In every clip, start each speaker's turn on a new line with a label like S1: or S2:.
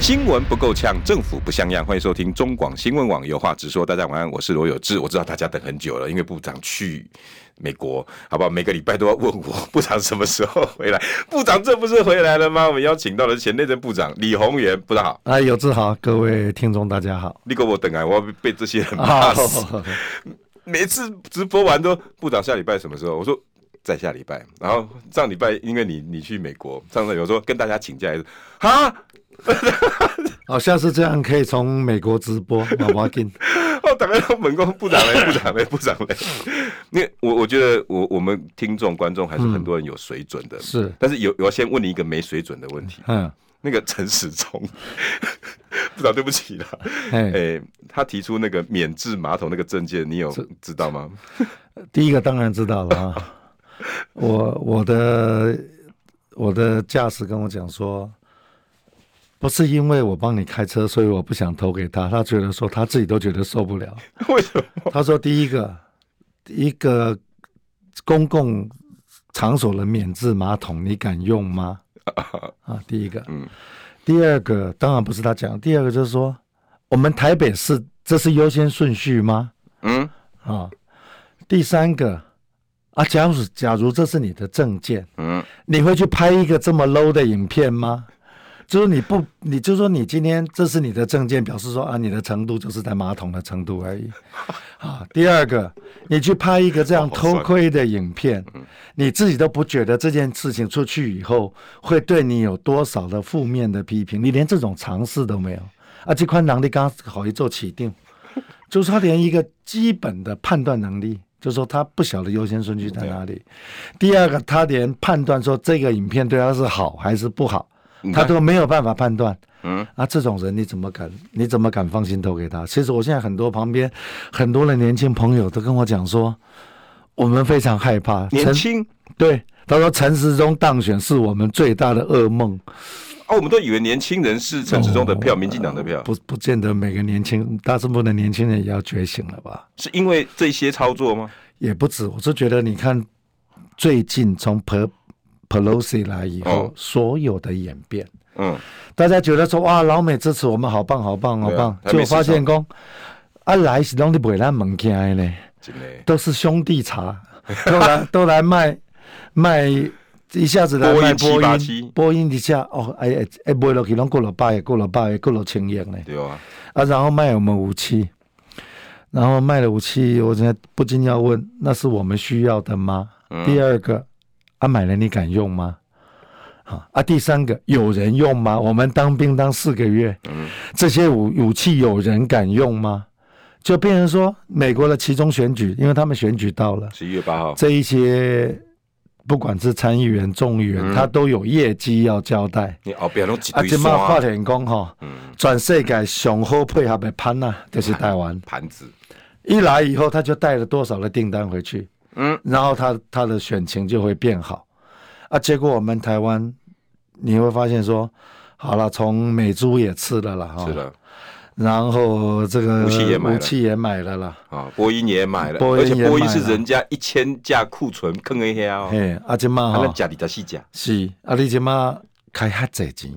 S1: 新闻不够呛，政府不像样。欢迎收听中广新闻网，有话直说。大家晚安，我是罗有志。我知道大家等很久了，因为部长去美国，好不好？每个礼拜都要问我部长什么时候回来。部长这不是回来了吗？我们邀请到了前内政部长李鸿源，部长好。
S2: 啊，有志好，各位听众大家好。
S1: 你给我等啊，我要被这些人骂死。每次直播完都部长下礼拜什么时候？我说在下礼拜。然后上礼拜因为你你去美国，上次有说跟大家请假，啊，
S2: 哦，下次这样可以从美国直播，好不好？进
S1: 我大概都问过部长嘞，部长嘞，部长嘞。因为我我觉得我我们听众观众还是很多人有水准的，
S2: 嗯是
S1: 但是有我要先问你一个没水准的问题，
S2: 嗯，
S1: 那个陈时中， 部长对不起啦，
S2: 哎、
S1: 哎、他提出那个免治马桶那个证件，你有知道吗？
S2: 第一个当然知道了啊。我我的我的驾驶跟我讲说，不是因为我帮你开车，所以我不想投给他。他觉得说他自己都觉得受不了。
S1: 为什么？
S2: 他说第一个，一个公共场所的免治马桶，你敢用吗？啊，第一个，
S1: 嗯，
S2: 第二个当然不是他讲，第二个就是说，我们台北市这是优先顺序吗？
S1: 嗯，
S2: 啊，第三个，啊，假如假如这是你的证件，
S1: 嗯，
S2: 你会去拍一个这么 low 的影片吗？就是你不，你就说你今天这是你的证件，表示说啊，你的程度就是在马桶的程度而已。啊，第二个，你去拍一个这样
S1: 好酸
S2: 偷窥的影片，你自己都不觉得这件事情出去以后会对你有多少的负面的批评，你连这种尝试都没有。啊，这款能力刚好一做起定，就是他连一个基本的判断能力，就是说他不晓得优先顺序在哪里。第二个，他连判断说这个影片对他是好还是不好，他都没有办法判断。
S1: 嗯，
S2: 啊，这种人你怎么敢？你怎么敢放心投给他？其实我现在很多旁边很多的年轻朋友都跟我讲说，我们非常害怕。
S1: 年
S2: 陈
S1: 轻
S2: 对，他说陈时中当选是我们最大的噩梦。
S1: 哦，我们都以为年轻人是陈时中的票，民进党的票，
S2: 哦不不见得每个年轻大部分的年轻人也要觉醒了吧？
S1: 是因为这些操作吗？
S2: 也不止，我是觉得你看最近从 Pe- Pelosi 来以后，
S1: 哦
S2: 所有的演变，
S1: 嗯，
S2: 大家觉得说哇，老美支持我们好棒好棒好
S1: 对啊
S2: 棒，
S1: 还
S2: 结
S1: 没
S2: 果发
S1: 市场
S2: 现讲啊来是拢你袂咱物件的呢，
S1: 真的。
S2: 都是兄 弟茶，都来都来卖卖。一下子来
S1: 波音
S2: 卖波
S1: 787
S2: 音，波音一下哦，哎哎哎，卖落去拢过了百个，过了百个，过了千亿呢。
S1: 对啊，
S2: 啊，然后卖我们武器，然后卖了武器，我现在不禁要问，那是我们需要的吗？
S1: 嗯
S2: 第二个，啊，买了你敢用吗？啊啊，第三个，有人用吗？我们当兵当四个月，
S1: 嗯
S2: 这些武武器有人敢用吗？就变成说，美国的其中选举，因为他们选举到了，
S1: 十一月八号，
S2: 这一些不管是参议员、众议员，他都有业绩要交代。
S1: 你哦后边拢一
S2: 啊，
S1: 堆
S2: 即摆发
S1: 山嗯
S2: 现讲吼，全世界上好配合的潘呐、就是台湾。
S1: 盘子，
S2: 一来以后，他就带了多少的订单回去，
S1: 嗯，
S2: 然后他他的选情就会变好。啊，结果我们台湾你会发现说，好了，从美猪也吃了啦，哈
S1: 是，的。
S2: 然后这个
S1: 武器也买了
S2: 武器也买了啦，
S1: 啊，波音也买了，
S2: 波
S1: 而
S2: 音也
S1: 且
S2: 买了
S1: 波音是人家一千架库存坑一下哦，
S2: 嘿，啊，即摆
S1: 啊，那
S2: 吼
S1: 假里的细假，
S2: 是啊，你即摆开遐侪钱，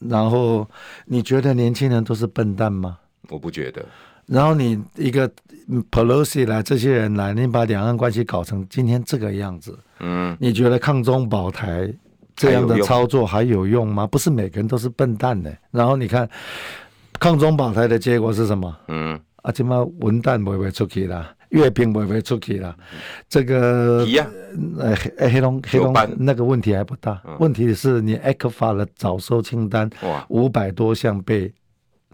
S2: 然后你觉得年轻人都是笨蛋吗？
S1: 我不觉得，
S2: 然后你一个嗯 Pelosi 来，这些人来，你把两岸关系搞成今天这个样子，
S1: 嗯，
S2: 你觉得抗中保台这
S1: 还
S2: 样
S1: 有
S2: 的
S1: 用
S2: 操作还有用吗？不是每个人都是笨蛋的。然后你看抗中保台的结果是什么？
S1: 嗯，
S2: 啊，今嘛文旦不会出去啦，月饼不会出去啦，这个
S1: 一样，
S2: 呃，黑呃黑龙黑
S1: 有嗯
S2: 龙
S1: 办
S2: 那个问题还不大，问题是你 a c 法的早收清单
S1: 哇，
S2: 五百多项被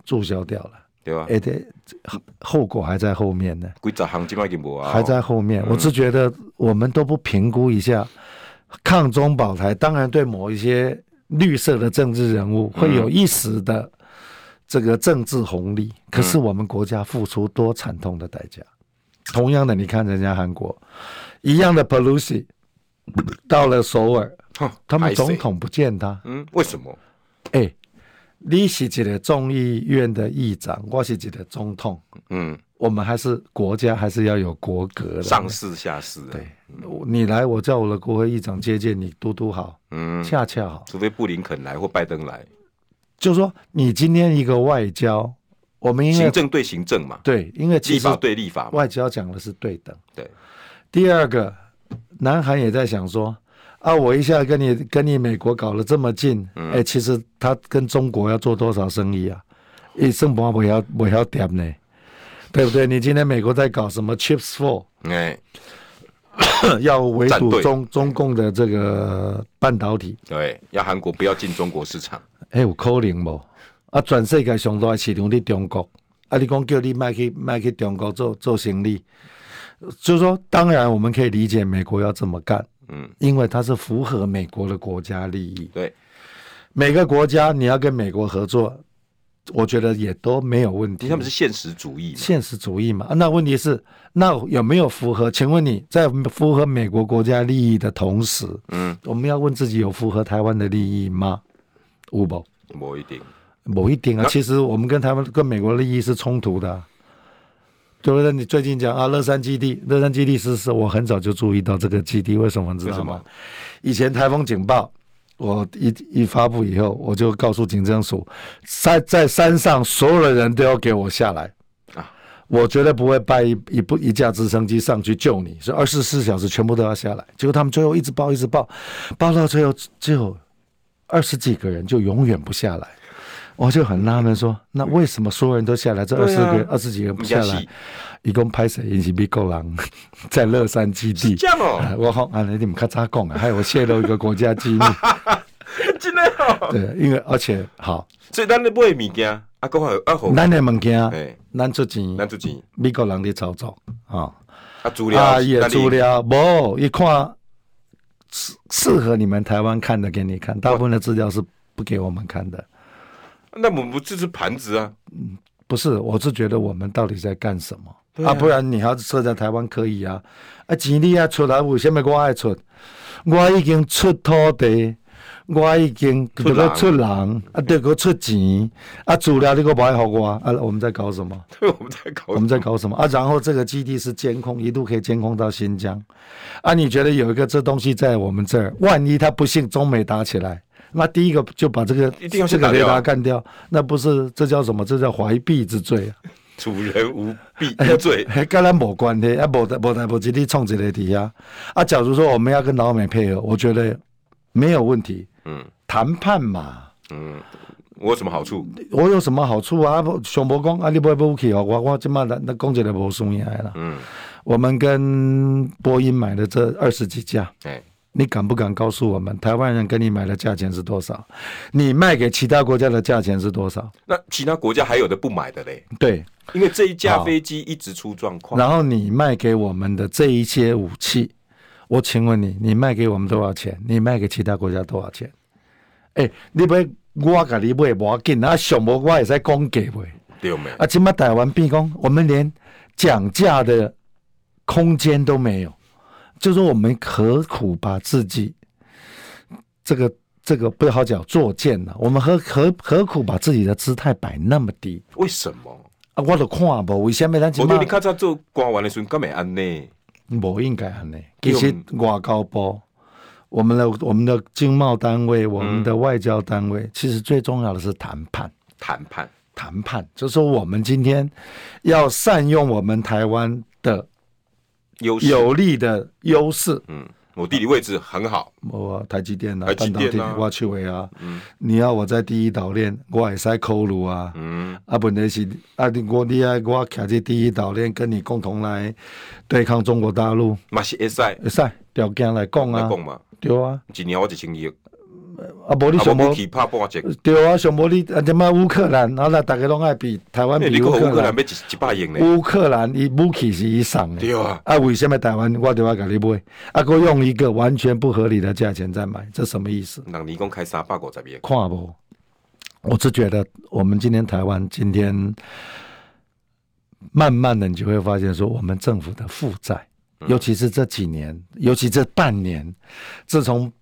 S2: 注销掉了。
S1: 对吧？
S2: 哎，对，后后果还在后面呢，
S1: 几十行今麦已经无啊，
S2: 还在后面。我是觉得我们都不评估一下抗中保台，当然对某一些绿色的政治人物
S1: 嗯
S2: 会有一时的
S1: 嗯
S2: 这个政治红利，可是我们国家付出多惨痛的代价。同样的，你看人家韩国一样的 Pelosi 到了首尔，
S1: 哼
S2: 他们总，
S1: 拍谁
S2: 统不见他。
S1: 嗯，为什么？
S2: 哎、你是一个众议院的议长，我是一个总统，
S1: 嗯，
S2: 我们还是国家还是要有国格的。
S1: 上市下市，啊
S2: 对，，我你来，我叫我的国会议长接见你，嘟嘟好，
S1: 嗯，
S2: 恰恰好。
S1: 除非布林肯来或拜登来，
S2: 就说你今天一个外交，我们因
S1: 行
S2: 为
S1: 政对行政嘛，
S2: 对，因为其
S1: 立
S2: 实
S1: 法对立法嘛，
S2: 外交讲的是对等。
S1: 对，
S2: 第二个，南韩也在想说，啊，我一下跟你跟你美国搞了这么近，哎、
S1: 嗯
S2: 其实他跟中国要做多少生意啊？一生不不要不要点呢，对不对？你今天美国在搞什么 Chips Four，
S1: 哎，
S2: 要围
S1: 战
S2: 堵
S1: 队
S2: 中中共的这个半导体？
S1: 对，要韩国不要进中国市场，
S2: 哎、有可能无？啊，全世界上大的市场伫中国，啊，你讲叫你卖去卖去中国做做生意，就是说，当然我们可以理解美国要这么干，
S1: 嗯，
S2: 因为它是符合美国的国家利益。
S1: 对，
S2: 每个国家你要跟美国合作，我觉得也都没有问
S1: 因
S2: 题。
S1: 为他们是现实主义嘛，
S2: 现实主义嘛、啊那问题是，那有没有符合？请问你在符合美国国家利益的同时，
S1: 嗯，
S2: 我们要问自己有符合台湾的利益吗？有无？
S1: 某一点，
S2: 某一点啊，其实我们跟台湾、跟美国的利益是冲突的啊、对不对？你最近讲啊，乐山基地，乐山基地是是我很早就注意到这个基地，为什么你知
S1: 为
S2: 道
S1: 什
S2: 吗
S1: 么？
S2: 以前台风警报，我一一发布以后，我就告诉警政署，在在山上所有的人都要给我下来
S1: 啊
S2: 我绝对不会派一一部一架直升机上去救你，所以二十四小时全部都要下来。结果他们最后一直报，一直报，报到最后只有二十几个人，就永远不下来。我就很纳闷说，那为什么所有人都下来，这二十个
S1: 对
S2: 人
S1: 啊、
S2: 二十几个人不下
S1: 不下
S2: 来
S1: 戏？
S2: 一共拍摄引起美国人 在乐山基地。
S1: 这样哦
S2: 啊我好啊，你们较早讲啊，害我泄露一个国家机 密。
S1: 真的哦，
S2: 对，因为而且好，
S1: 所以咱咧买物件，啊，搁还有啊好，
S2: 咱的物件
S1: 哎，
S2: 咱出钱，
S1: 咱出钱，
S2: 美国人的操作啊，
S1: 啊，资料，
S2: 啊，也
S1: 咱
S2: 资料无一看适适合你们台湾看的给你看，大部分的资料是不给我们看的。
S1: 那我们不就是盘子啊？
S2: 不是，我是觉得我们到底在干什么
S1: 对
S2: 啊
S1: 啊
S2: 不然你要设在台湾可以啊，啊钱你也出来，为什么我爱出？我已经出土地，我已经
S1: 出人
S2: 这个出人，啊，对个出钱，啊，资料你个不爱给我，啊，我们在搞什么？
S1: 对，我们在搞，
S2: 我们在搞什么啊？然后这个基地是监控，一路可以监控到新疆，啊，你觉得有一个这东西在我们这儿，万一他不幸中美打起来，那第一个就把这个
S1: 一定要
S2: 这
S1: 先
S2: 个
S1: 打
S2: 雷
S1: 掉啊
S2: 达干掉，那不是这叫什么？这叫怀璧之罪啊！
S1: 主人无弊无罪，
S2: 还跟咱无关系，啊，无代无代无志，你创一个底下啊。假如说我们要跟老美配合，我觉得没有问题，
S1: 嗯
S2: 谈判嘛。
S1: 嗯，我有什么好处？
S2: 我有什么好处啊？不上博讲啊，你买武器哦，我我即马咱咱讲一个无算的啦。
S1: 嗯，
S2: 我们跟波音买了这二十几架，
S1: 哎，
S2: 你敢不敢告诉我们，台湾人跟你买的价钱是多少？你卖给其他国家的价钱是多少？
S1: 那其他国家还有的不买的嘞，
S2: 对，
S1: 因为这一架
S2: 好
S1: 飞机一直出状况，
S2: 然后你卖给我们的这一些武器，我请问你，你卖给我们多少钱？你卖给其他国家多少钱？哎，你买我甲你买无要紧，啊，上无我会使讲价袂。
S1: 对没？
S2: 啊，今麦台湾变讲，我们连讲价的空间都没有，就说我们何苦把自己这个这个不好讲作贱呢、我们何何何苦把自己的姿态摆那么低
S1: 为什么？
S2: 啊？我都看无，为什么咱今
S1: 我对
S2: 麦
S1: 你看他做官员的时候，干没安呢？
S2: 无应该安尼？其
S1: 对
S2: 实外交部。我们的我们的经贸单位，我们的外交单位，其实最重要的是谈判。
S1: 谈判，
S2: 谈判，就是说我们今天要善用我们台湾的
S1: 优势，
S2: 有利的优势，
S1: 嗯，我地理位置很好，
S2: 我台积电啊，
S1: 台
S2: 半
S1: 积
S2: 导
S1: 电啊
S2: 体我去位啊，你要我在第一岛链，我也使扣路啊。
S1: 嗯，
S2: 啊，问题是啊，你我你爱我徛在第一岛链，跟你共同来对抗中国大陆，
S1: 马西埃塞
S2: 会使条件来讲
S1: 来
S2: 啊
S1: 讲，嘛，
S2: 对啊，
S1: 一年我一千亿，
S2: 啊，无你
S1: 啊，
S2: 想
S1: 我
S2: 无
S1: 武器怕半折，
S2: 对啊，想无你啊，即摆乌克兰，啊，那大家拢爱比台湾
S1: 哎你
S2: 比
S1: 讲
S2: 乌
S1: 乌克
S2: 克
S1: 兰
S2: 兰，
S1: 要一一百亿呢？
S2: 乌克兰伊武器是伊送的。
S1: 对啊，
S2: 啊，为什么台湾我就要给你买？啊，我用一个完全不合理的价钱在买，这什么意思？
S1: 人你讲开三百五十亿，
S2: 看无？我只觉得我们今天台湾今天慢慢的你就会发现说，我们政府的负债，尤其是这几年，尤其这半年，自从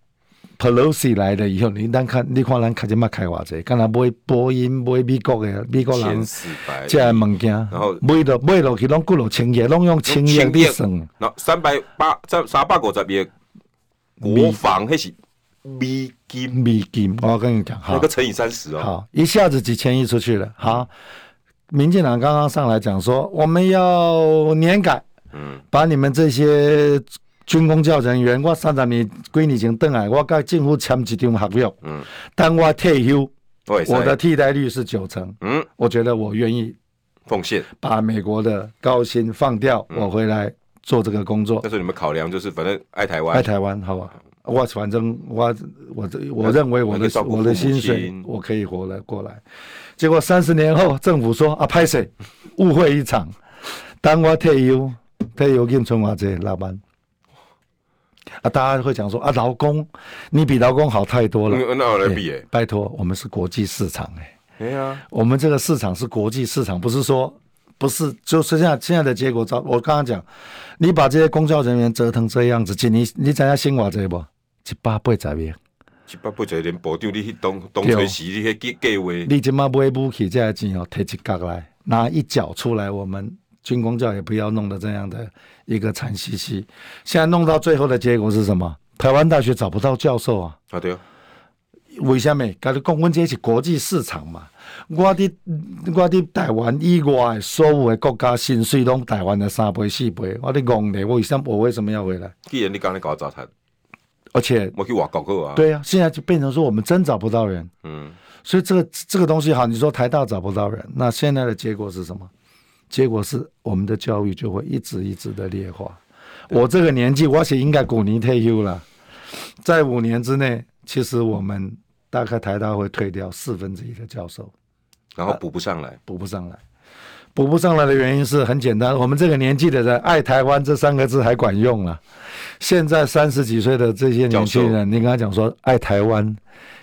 S2: Pelosi 来了以后，你单看你看咱开始嘛开话者，敢若买波音、买美国的美国
S1: 千
S2: 人，
S1: 四百，
S2: 这物件，
S1: 然后
S2: 买落买落去拢几落千亿，拢用千亿去算。
S1: 那三百八三三百五十亿国防那是美金，
S2: 美金，我跟你讲，好
S1: 那个乘以三十哦，嗯
S2: 好，一下子几千亿出去了。好，民进党刚刚上来讲说，我们要年改，
S1: 嗯，
S2: 把你们这些军工教人员，我三十年归你前邓来，我跟政府签一张合约，
S1: 嗯，
S2: 但我退休，
S1: 我也是
S2: 我的替代率是九成，
S1: 嗯
S2: 我觉得我愿意
S1: 奉献。
S2: 把美国的高薪放掉，
S1: 嗯
S2: 我回来做这个工作
S1: 那，时候你们考量就是，反正爱台
S2: 来
S1: 湾，
S2: 台湾，好吧？我反正我我我认为我
S1: 那
S2: 的
S1: 就照顾
S2: 我的
S1: 父母
S2: 薪水
S1: 亲
S2: 我可以活了过来，结果三十年后政府说啊，拍谁误会一场，当我退休，退休金存偌济六万。啊，大家会讲说啊，劳工，你比劳工好太多了。
S1: 嗯那我来比耶，
S2: 拜托，我们是国际市场哎、
S1: 哎呀，
S2: 我们这个市场是国际市场，不是说不是，就是现在现在的结果照。我刚刚讲，你把这些公教人员折腾这样子，今年你知影新华这不？一百八十亿，
S1: 七八八十连部长你去东东
S2: 对哦
S1: 吹西，你去计计划，
S2: 你今麦买武器这些钱哦，摕一角来，拿一角出来，我们军工教也不要弄得这样的一个惨兮兮。现在弄到最后的结果是什么？台湾大学找不到教授啊！
S1: 啊对哦，
S2: 为什么？甲你讲，阮这是国际市场嘛。我伫我伫台湾以外的所有的国家薪水拢台湾的三倍四倍，我伫戆咧，我为什么我为什么要回来？
S1: 既然你刚才搞早餐，
S2: 而且，
S1: 我去外国过啊，，
S2: 对啊，现在就变成说我们真找不到人，
S1: 嗯，
S2: 所以这个这个东西好，你说台大找不到人，那现在的结果是什么？结果是我们的教育就会一直一直的劣化。我这个年纪，我是应该古尼退休了，在五年之内，其实我们大概台大会退掉四分之一的教授。
S1: 然后补不上来，
S2: 补不上来。补不上来的原因是很简单，我们这个年纪的人爱台湾这三个字还管用了。现在三十几岁的这些年轻
S1: 教授
S2: 人，你跟他讲说爱台湾，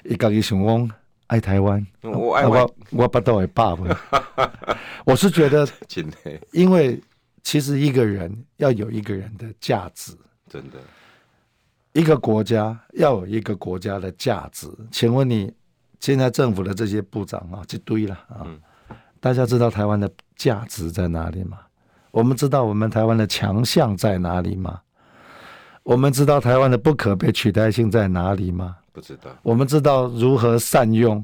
S2: 一个一想讲爱台湾，
S1: 我爱
S2: 啊
S1: 我
S2: 我我不到也罢了。 我是觉得，
S1: 真的
S2: 因为其实一个人要有一个人的价值，
S1: 真的，
S2: 一个国家要有一个国家的价值。请问你现在政府的这些部长啊，这堆了啊，
S1: 嗯
S2: 大家知道台湾的价值在哪里吗？我们知道我们台湾的强项在哪里吗？我们知道台湾的不可被取代性在哪里吗？
S1: 不知道，
S2: 我们知道如何善用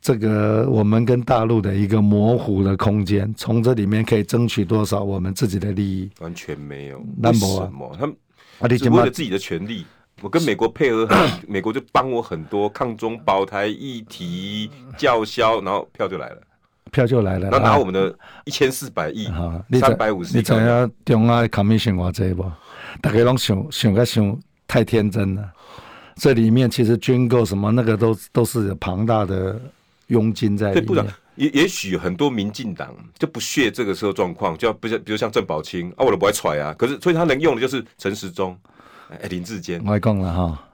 S2: 这个我们跟大陆的一个模糊的空间，从这里面可以争取多少我们自己的利益？
S1: 完全没有，
S2: 那
S1: 为
S2: 没啊
S1: 什么他们？
S2: 啊，你
S1: 只
S2: 怎
S1: 为
S2: 么
S1: 了自己的权利。我跟美国配合很，美国就帮我很多抗中保台议题叫嚣，然后票就来了，
S2: 啊票就来了？
S1: 然后拿
S2: 啊
S1: 我们的一千四百亿
S2: 啊，你知
S1: 三百五十
S2: 你
S1: 亿
S2: 知
S1: 港元，
S2: 影中央的 commission 偌济无？大家拢想想个想太天真了。这里面其实军购什么那个都都是有庞大的佣金在
S1: 对
S2: 里
S1: 部长
S2: 面。
S1: 也也许很多民进党就不屑这个时候状况，就要不像比如像郑宝清啊，我都不爱踹啊，可是所以他能用的就是陈时中、哎林志坚，
S2: 我讲了哈，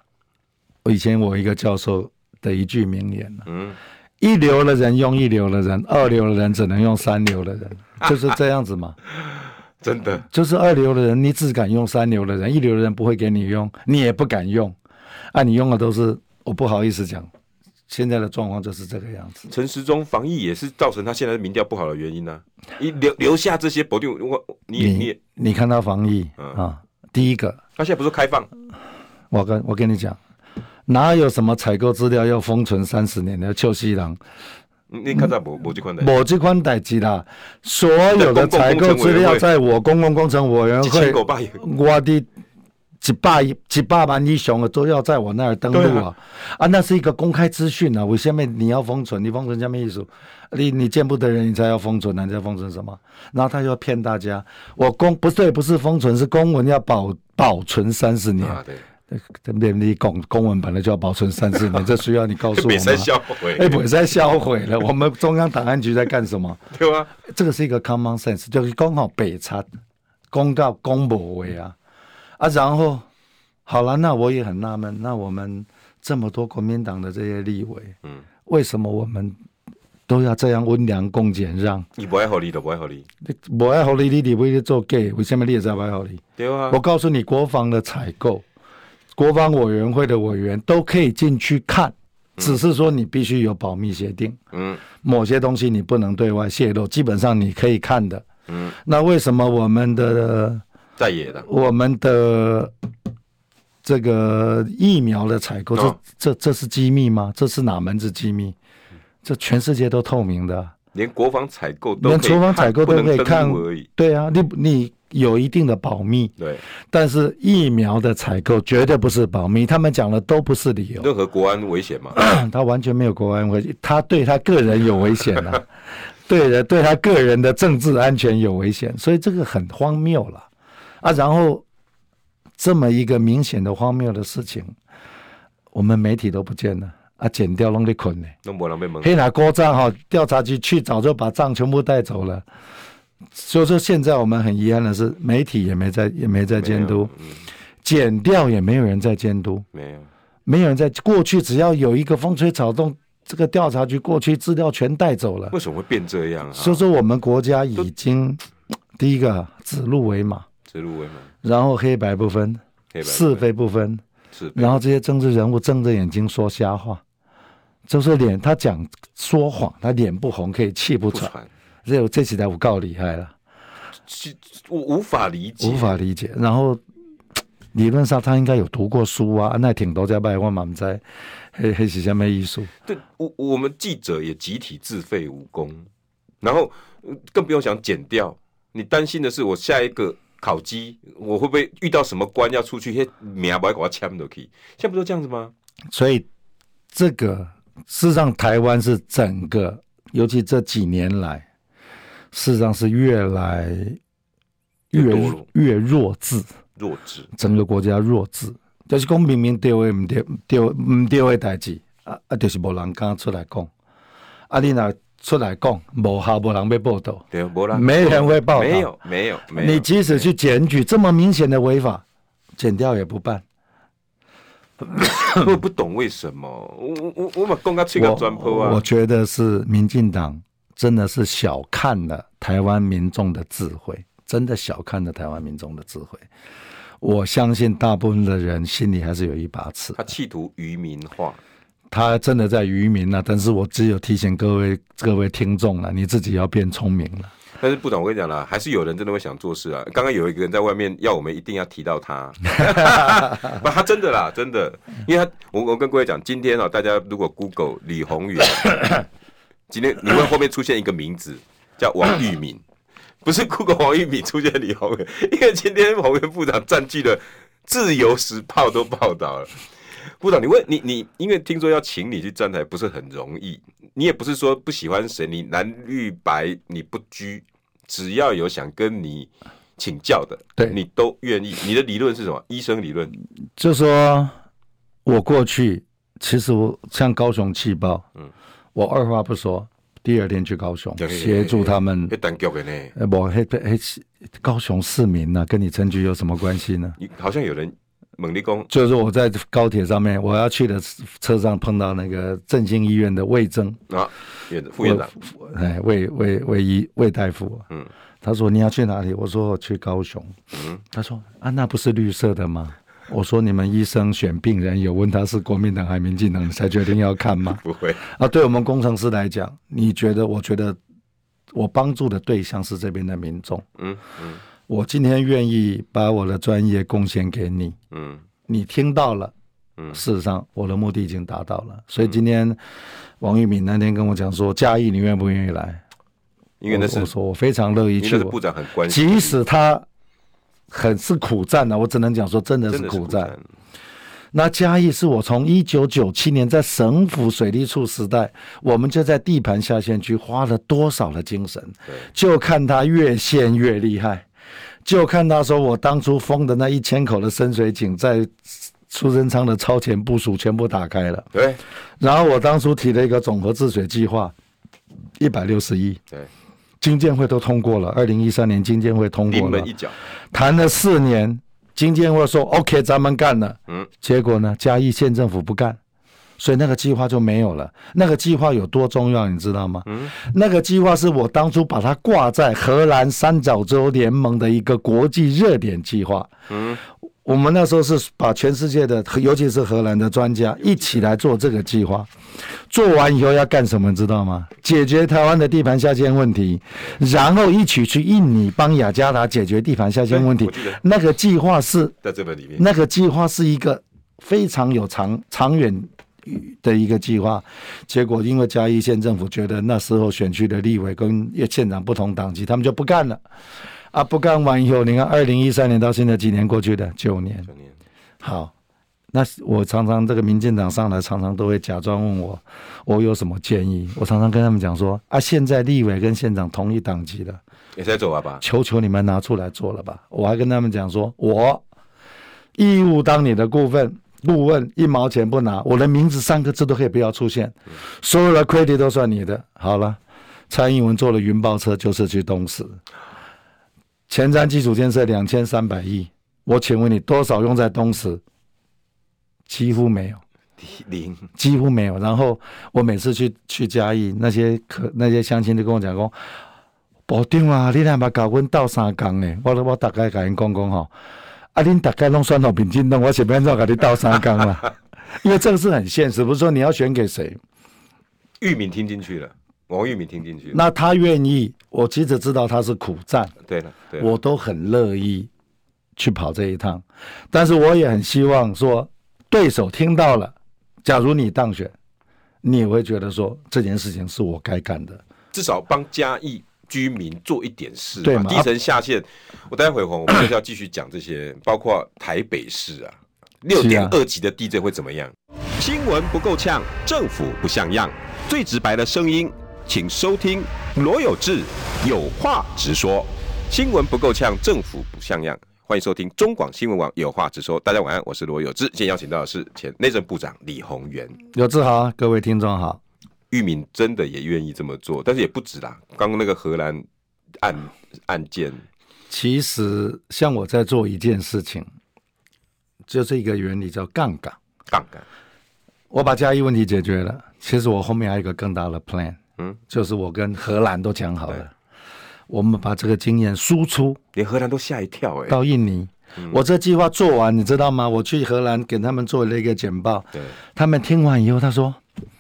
S2: 我以前我一个教授的一句名言啊
S1: 嗯，
S2: 一流的人用一流的人，二流的人只能用三流的 人，就是这样子嘛。
S1: 真的
S2: 就是二流的人，你只敢用三流的人，一流的人不会给你用，你也不敢用，啊，你用的都是我不好意思讲，现在的状况就是这个样子。
S1: 陈时中防疫也是造成他现在民调不好的原因呢、啊，你留留下这些保定，我你也你也，
S2: 你看他防疫、
S1: 嗯
S2: 啊，第一个，
S1: 他现在不是开放，
S2: 我跟我跟你讲，哪有什么采购资料要封存三十年的邱西郎，
S1: 嗯你你看在某某这款的。
S2: 某这款代志啦，所有的采购资料在我公共工程委员
S1: 一
S2: 会
S1: 千，狗爸也
S2: 我的几百几百万以上的都要在我那儿登录啊！啊，那是一个公开资讯啊，为什么你要封存？你封存下面意思？你你见不得人，你才要封存啊，你在封存什么？然后他就要骗大家，我公不对，不是封存，是公文要保保存三十年。
S1: 啊，对，
S2: 对不对？你公公文本来就要保存三十年，这需要你告诉 我
S1: 北
S2: 们啊
S1: 山
S2: 吗？
S1: 销毁，
S2: 哎，不再销毁了。我们中央档案局在干什么？
S1: 对啊，
S2: 这个是一个 common sense，就是刚好北差公告公布为啊啊，然后好了，那我也很纳闷，那我们这么多国民党的这些立委，
S1: 嗯，
S2: 为什么我们都要这样温良恭俭让。
S1: 伊不爱合理就不爱合理，
S2: 你无爱互你，你你为做假，为什么你也在爱互你？
S1: 对啊
S2: 我，告诉你，国防的采购，国防委员会的委员都可以进去看，只是说你必须有保密协定，
S1: 嗯
S2: 某些东西你不能对外泄露，基本上你可以看的。
S1: 嗯，
S2: 那为什么我们的
S1: 在野的，
S2: 我们的这个疫苗的采购，这
S1: 哦
S2: 这这是机密吗？这是哪门子机密？这全世界都透明的啊、
S1: 连国防采购都可以
S2: 连
S1: 看
S2: 厨房采购都可以
S1: 不能
S2: 看
S1: 登录而已。，
S2: 对啊，你你有一定的保密，
S1: 对，
S2: 但是疫苗的采购绝对不是保密，他们讲的都不是理由，
S1: 任何国安危险 嘛，
S2: 他完全没有国安危机，他对他个人有危险啊，对的，对他个人的政治安全有危险，所以这个很荒谬了啊。然后这么一个明显的荒谬的事情，我们媒体都不见了啊，剪掉弄的捆呢。
S1: 弄不人被蒙。
S2: 黑拿锅账哈，调查局去早就把账全部带走了。所以说，现在我们很遗憾的是，媒体也没在也没在监督，减掉也没有人在监督，
S1: 嗯没有，
S2: 没有人在过去只要有一个风吹草动，这个调查局过去资料全带走了。
S1: 为什么会变这样啊？
S2: 所以说，我们国家已经第一个指鹿为马，
S1: 指鹿为马，
S2: 然后黑白不分，
S1: 黑白
S2: 是非不分，
S1: 是非，
S2: 然后这些政治人物睁着眼睛说瞎话，就是脸他讲说谎，他脸不红可以气不
S1: 不
S2: 喘。
S1: 传，
S2: 这这起来我告厉害了，
S1: 是我无法理解，
S2: 无法理解。然后理论上他应该有读过书啊，那挺多在拜我满在黑黑是什么艺术？
S1: 对，我我们记者也集体自废武功，然后呃更不用想剪掉。你担心的是，我下一个烤鸡，我会不会遇到什么官要出去，那名不要给我签都去？现在不都这样子吗？
S2: 所以这个事实上台湾是整个，尤其这几年来，事实上是越来
S1: 越
S2: 越
S1: 堕落
S2: 越弱智，
S1: 弱智，
S2: 整个国家弱智。就是讲明明对位唔对对唔对的代志，啊啊，就是无人敢出来讲。啊，你若出来讲，无效，无人要报道。
S1: 对，没啦，
S2: 没人会报道
S1: 没有，没有，没有。
S2: 你即使去检举这么明显的违法，检掉也不办。
S1: 我不懂为什么，我我我我把公告吹个砖坡
S2: 我
S1: 啊！
S2: 觉得是民进党真的是小看了台湾民众的智慧，真的小看了台湾民众的智慧。我相信大部分的人心里还是有一把尺，
S1: 他企图愚民化，
S2: 他真的在愚民了、啊但是我只有提醒各位各位听众了、啊你自己要变聪明了。
S1: 但是部长，我跟你讲啦，还是有人真的会想做事啊。刚刚有一个人在外面要我们一定要提到他， 不，他真的啦，真的，因为他我我跟各位讲，今天啊、大家如果 Google 李宏源，今天你会后面出现一个名字叫王玉敏，不是 Google 王玉敏出现李宏源，因为今天宏源部长占据了《自由时报》都报道了。部长，你问你你，因为听说要请你去站台不是很容易，你也不是说不喜欢谁，你蓝绿白你不拘，只要有想跟你请教的，
S2: 对
S1: 你都愿意。你的理论是什么？医生理论，
S2: 就说我过去，其实我像高雄气爆，嗯，我二话不说，第二天去高雄
S1: 对哎对对
S2: 协助他们
S1: 要单脚的呢？
S2: 呃，我黑黑高雄市民呐、跟你陈局有什么关系呢？
S1: 你好像有人猛力攻，
S2: 就是我在高铁上面，我要去的车上碰到那个振兴医院的魏征，
S1: 啊，院副院长，
S2: 我，哎，魏魏魏医魏大夫，啊
S1: 嗯，
S2: 他说你要去哪里？我说我哦去高雄，嗯，他说啊，那不是绿色的吗？我说你们医生选病人有问他是国民党还民进党才决定要看吗？
S1: 不会，
S2: 啊，对我们工程师来讲，你觉得？我觉得我帮助的对象是这边的民众，
S1: 嗯嗯
S2: 我今天愿意把我的专业贡献给你，
S1: 嗯
S2: 你听到了，
S1: 嗯
S2: 事实上我的目的已经达到了。所以今天王玉敏那天跟我讲说，嘉义你愿不愿意来？
S1: 因为那
S2: 我
S1: 是
S2: 我说我非常乐意
S1: 因为
S2: 去
S1: 那是，部
S2: 我
S1: 长很关心，
S2: 即使他很是苦战啊呢、我只能讲说真的
S1: 真
S2: 是
S1: 的
S2: 苦战。，那嘉义是我从一九九七年在省府水利处时代，我们就在地盘下线区花了多少的精神，
S1: 对，
S2: 就看他越陷越厉害，就看他说我当初封的那一千口的深水井在苏贞昌的超前部署全部打开了，
S1: 对
S2: 然后我当初提了一个总和治水计划，一百六十亿，
S1: 对，
S2: 经建会都通过了，二零一三年经建会通过
S1: 临
S2: 了
S1: 门一，脚，
S2: 谈了四年，经建会说 OK 咱们干了，
S1: 嗯，
S2: 结果呢嘉义县政府不干，所以那个计划就没有了。那个计划有多重要，你知道吗？嗯，那个计划是我当初把它挂在荷兰三角洲联盟的一个国际热点计划。嗯，我们那时候是把全世界的，尤其是荷兰的专家一起来做这个计划。做完以后要干什么，知道吗？解决台湾的地盘下陷问题，然后一起去印尼帮雅加达解决地盘下陷问
S1: 对
S2: 题
S1: 我记得。
S2: 那个计划是
S1: 在这本里面，
S2: 那个计划是一个非常有长长远的一个计划，结果因为嘉义县政府觉得那时候选区的立委跟县长不同党籍，他们就不干了。啊，不干完以后，你看二零一三年到现在几年过去的九年，
S1: 九年
S2: 好，那是我常常这个民进党上来，常常都会假装问我，我有什么建议？我常常跟他们讲说，啊，现在立委跟县长同一党籍的，
S1: 也在走啊吧？
S2: 求求你们拿出来做了吧！我还跟他们讲说，我义务当你的顾问，顾问一毛钱不拿，我的名字三个字都可以不要出现，所有的 credit 都算你的。好了，蔡英文坐了云豹车就是去东石，前瞻基础建设两千三百亿，我请问你多少用在东石？几乎没有。
S1: 零
S2: 几乎没有。然后我每次去去嘉义，那些可那些乡亲就跟我讲讲，保长啊，你若把搞阮斗相共呢，我都我大概甲因讲讲吼，啊，恁大概拢选到民进党，我是要安怎甲你斗相共啦？ 因为这个是很现实，不是说你要选给谁，
S1: 玉敏听进去了，王玉敏听进去了。
S2: 那他愿意，我其实知道他是苦战，
S1: 对了，对了，啊
S2: 我都很乐意去跑这一趟，但是我也很希望说，对手听到了，假如你当选，你也会觉得说这件事情是我该干的。
S1: 至少帮嘉义居民做一点事
S2: 对
S1: 嘛。
S2: 嘛
S1: 低层下线，我待会儿我们就是要继续讲这些，包括台北市啊，六点二级的地震会怎么样？新闻不够呛，政府不像样，最直白的声音，请收听罗有志有话直说。新闻不够呛，政府不像样。欢迎收听中广新闻网有话直说，大家晚安，我是罗有志。今天邀请到的是前内政部长李鸿源。
S2: 有志豪，各位听众好，
S1: 玉敏真的也愿意这么做，但是也不止啦。刚刚那个荷兰案案件，
S2: 其实像我在做一件事情，就是一个原理叫杠杆。
S1: 杠杆，
S2: 我把嘉义问题解决了，其实我后面还有一个更大的 plan，
S1: 嗯，
S2: 就是我跟荷兰都讲好
S1: 对
S2: 了，我们把这个经验输出，
S1: 连荷兰都吓一跳哎、
S2: 到印尼。我这计划做完，你知道吗？我去荷兰给他们做了一个简报，
S1: 对，
S2: 他们听完以后，他说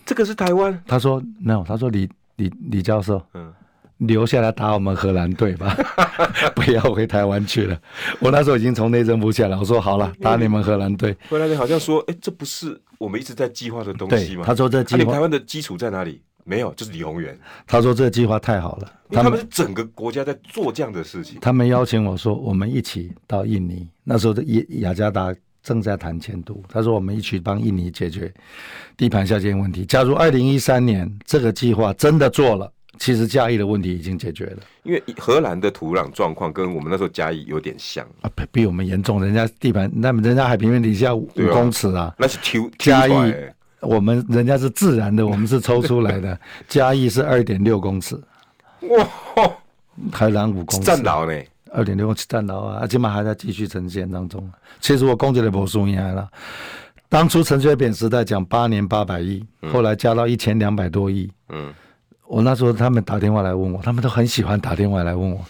S1: 这个是台湾，：“
S2: 他说 no，他说李李李教授，
S1: 嗯，
S2: 留下来打我们荷兰队吧， 不要回台湾去了。”我那时候已经从内政部下来，我说：“好了，
S1: 嗯
S2: 打你们荷兰队。
S1: 荷兰人好像说，哎、这不是我们一直在计划的”东西
S2: 对，
S1: 吗？
S2: 他说这
S1: 啊
S2: 计
S1: 你们台
S2: 划，
S1: 湾的基础在哪里？没有，就是李鸿源，
S2: 他说这计划太好了。
S1: 因为他们是整个国家在做这样的事情。
S2: 他们邀请我说，我们一起到印尼。那时候的雅雅加达正在谈迁都，他说我们一起帮印尼解决地盘下陷问题。假如二零一三年这个计划真的做了，其实嘉义的问题已经解决了
S1: 因为荷兰的土壤状况跟我们那时候嘉义有点像，
S2: 啊，比比我们严重。人家地盘，那么人家海平面底下五
S1: 对啊
S2: 公尺啊，
S1: 那是 Q
S2: 嘉义
S1: Q 出来欸
S2: 我们人家是自然的，我们是抽出来的。嘉义是二点六公尺，
S1: 哇，吼
S2: 台南五公尺
S1: 战。牢呢，
S2: 二点六公尺战牢啊，啊，今嘛还在继续呈现当中。其实我讲起来无输赢啦。当初陈水扁时代讲八年八百亿，后来加到一千两百多亿。
S1: 嗯，
S2: 我那时候他们打电话来问我，他们都很喜欢打电话来问我。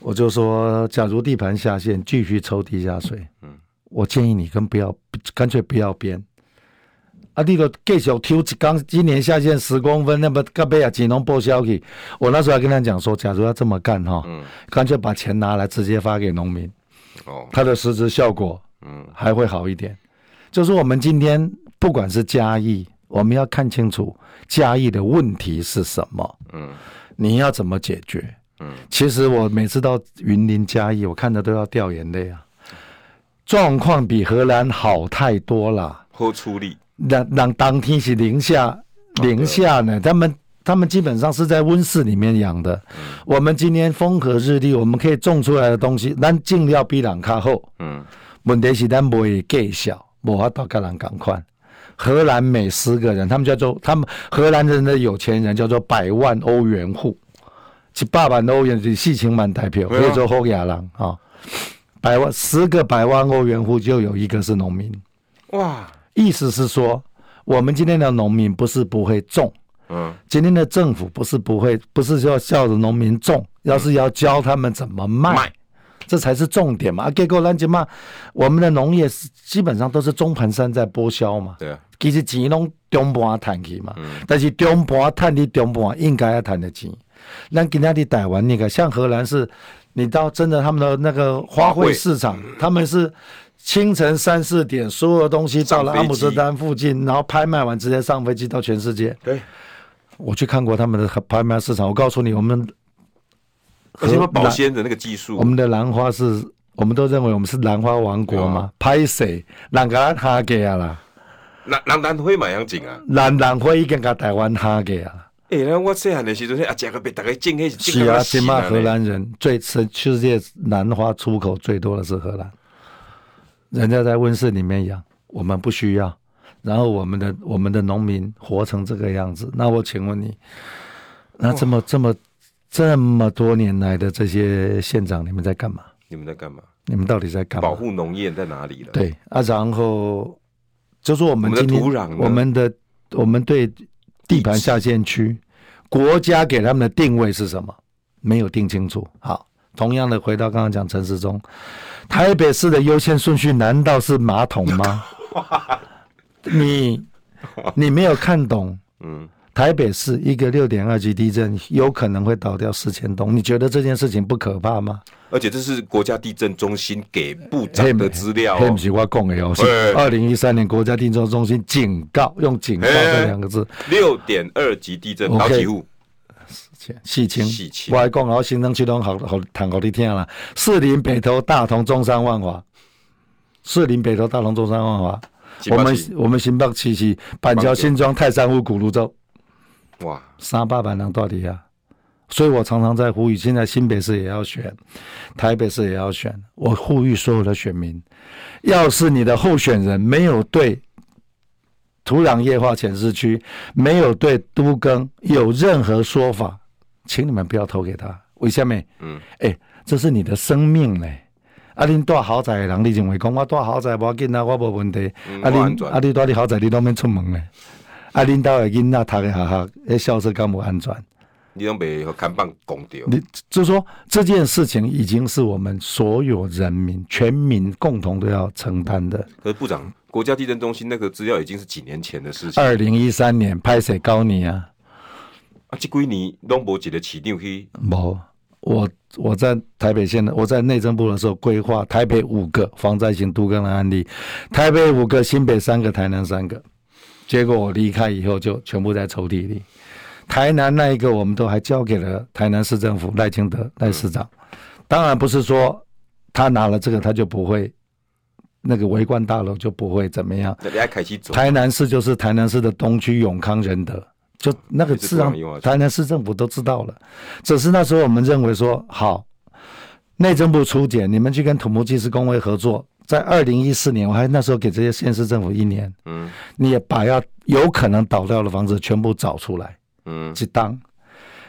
S2: 我就说，假如地盘下陷，继续抽地下水，嗯，我建议你跟不要，干脆不要编。啊，你都继续抽，刚今年下线十公分，那么干杯啊，只能报销去。我那时候还跟他讲说，假如要这么干哈，
S1: 嗯
S2: 干脆把钱拿来直接发给农民，
S1: 哦，
S2: 它的实质效果
S1: 嗯，
S2: 还会好一点。就是我们今天不管是嘉义，我们要看清楚嘉义的问题是什么，
S1: 嗯，
S2: 你要怎么解决？
S1: 嗯，
S2: 其实我每次到云林嘉义，我看的都要掉眼泪啊，状况比荷兰好太多了。
S1: 喝出力，
S2: 让让当天是零下零下呢，他们他们基本上是在温室里面养的。我们今天风和日丽，我们可以种出来的东西，咱尽量比人较好。
S1: 嗯。
S2: 问题是咱袂计小，无法度跟人共款。荷兰每十个人，他们叫做他们荷兰人的有钱人叫做百万欧元户，一百万欧元是四千万代表，
S1: 对啊
S2: 叫做后亚人啊、哦百万十个百万欧元户就有一个是农民。
S1: 哇，
S2: 意思是说，我们今天的农民不是不会种，
S1: 嗯
S2: 今天的政府不是不会，不是要叫着农民种，要是要教他们怎么卖，
S1: 卖
S2: 这才是重点嘛。啊，结果咱即嘛，我们的农业是基本上都是中盘山在剥削嘛，
S1: 对啊，
S2: 其实钱拢中盘趁去嘛，
S1: 嗯
S2: 但是中盘趁你中盘应该要趁的钱。咱今天的台湾那个，像荷兰是，你到真的他们的那个花卉市场，
S1: 嗯
S2: 他们是清晨三四点，所有东西到了
S1: 上飞
S2: 阿
S1: 机
S2: 姆斯特丹附近，然后拍卖完直接上飞机到全世界。
S1: 对，
S2: 我去看过他们的拍卖市场，我告诉你，我们
S1: 而且他们保鲜的那个技术
S2: 我，们的兰花是，我们都认为我们是兰花王国嘛，拍谁人家哈给啊啦，
S1: 人人咱会买样景啊。
S2: 兰兰花已经给台湾哈给啊，
S1: 诶，咱我细汉的时阵，啊，食个被大家种迄
S2: 是啊，今嘛荷兰人最全世界兰花出口最多的是荷兰，人家在温室里面养，我们不需要，然后我们的我们的农民活成这个样子，那我请问你，那这么这么这么多年来的这些县长，你们在干嘛？
S1: 你们在干嘛？
S2: 你们到底在干嘛
S1: 保？护农业在哪里了？，
S2: 对啊，然后就是我们
S1: 我们的
S2: 今天
S1: 土壤呢
S2: 我们的我们对地盘下限区，国家给他们的定位是什么？没有定清楚。好，同样的回到刚刚讲陈时中，台北市的优先顺序难道是马桶 吗？你你没有看懂
S1: 嗯，
S2: 台北市一个六点二级地震有可能会倒掉四千栋，你觉得这件事情不可怕吗？
S1: 而且这是国家地震中心给部长的资料、
S2: 嘿，
S1: 哦
S2: 不，是我讲的哦，是
S1: 哎
S2: 二零一三年国家地震中心警告，用“警告”
S1: 哎
S2: 这两个字，
S1: 六点二级地震，
S2: OK
S1: 好几户？
S2: 细清
S1: 四清，
S2: 我还讲，然后行政区都好好谈好你听啦。士林、北投、大同、中山、万华，士林、北投、大同、中山、万华，
S1: 新北
S2: 我们
S1: 市
S2: 我们新北市是板桥、新庄、泰山、五股、泸州，
S1: 哇，
S2: 三八板南到底啊？所以我常常在呼吁，现在新北市也要选，台北市也要选。我呼吁所有的选民，要是你的候选人没有对土壤液化显示区、没有对都更有任何说法，请你们不要投给他。为什么？
S1: 嗯，
S2: 哎、这是你的生命嘞。啊，恁住豪宅的人，你认为讲我住豪宅无要紧啊，我无问题。
S1: 嗯
S2: 啊，
S1: 我安
S2: 恁
S1: 全
S2: 啊，你住你豪宅，你都免出门嘞。啊，恁兜的囡仔读的学校，迄校舍敢无安全？
S1: 你拢被看棒拱掉，
S2: 你就说这件事情已经是我们所有人民、全民共同都要承担的。
S1: 可是部长，国家地震中心那个资料已经是几年前的事情，
S2: 二零一三年拍谁高你啊？
S1: 啊，这几年拢无一个市长去，
S2: 无，哦我我在台北县的，我在内政部的时候规划台北五个防灾型都更的案例，台北五个，新北三个，台南三个。结果我离开以后就全部在抽屉里。台南那一个我们都还交给了台南市政府赖清德赖市长，当然不是说他拿了这个他就不会那个围观大楼就不会怎么样，
S1: 那你爱开始走，
S2: 台南市就是台南市的东区永康仁德，就那个市
S1: 也是不容易挖
S2: 长，
S1: 出
S2: 台南市政府都知道了。只是那时候我们认为说，好，内政部初检，你们去跟土木技师工会合作，在二零一四年，我还那时候给这些县市政府一年，
S1: 嗯
S2: 你也把要有可能倒掉的房子全部找出来。
S1: 嗯，
S2: 去当，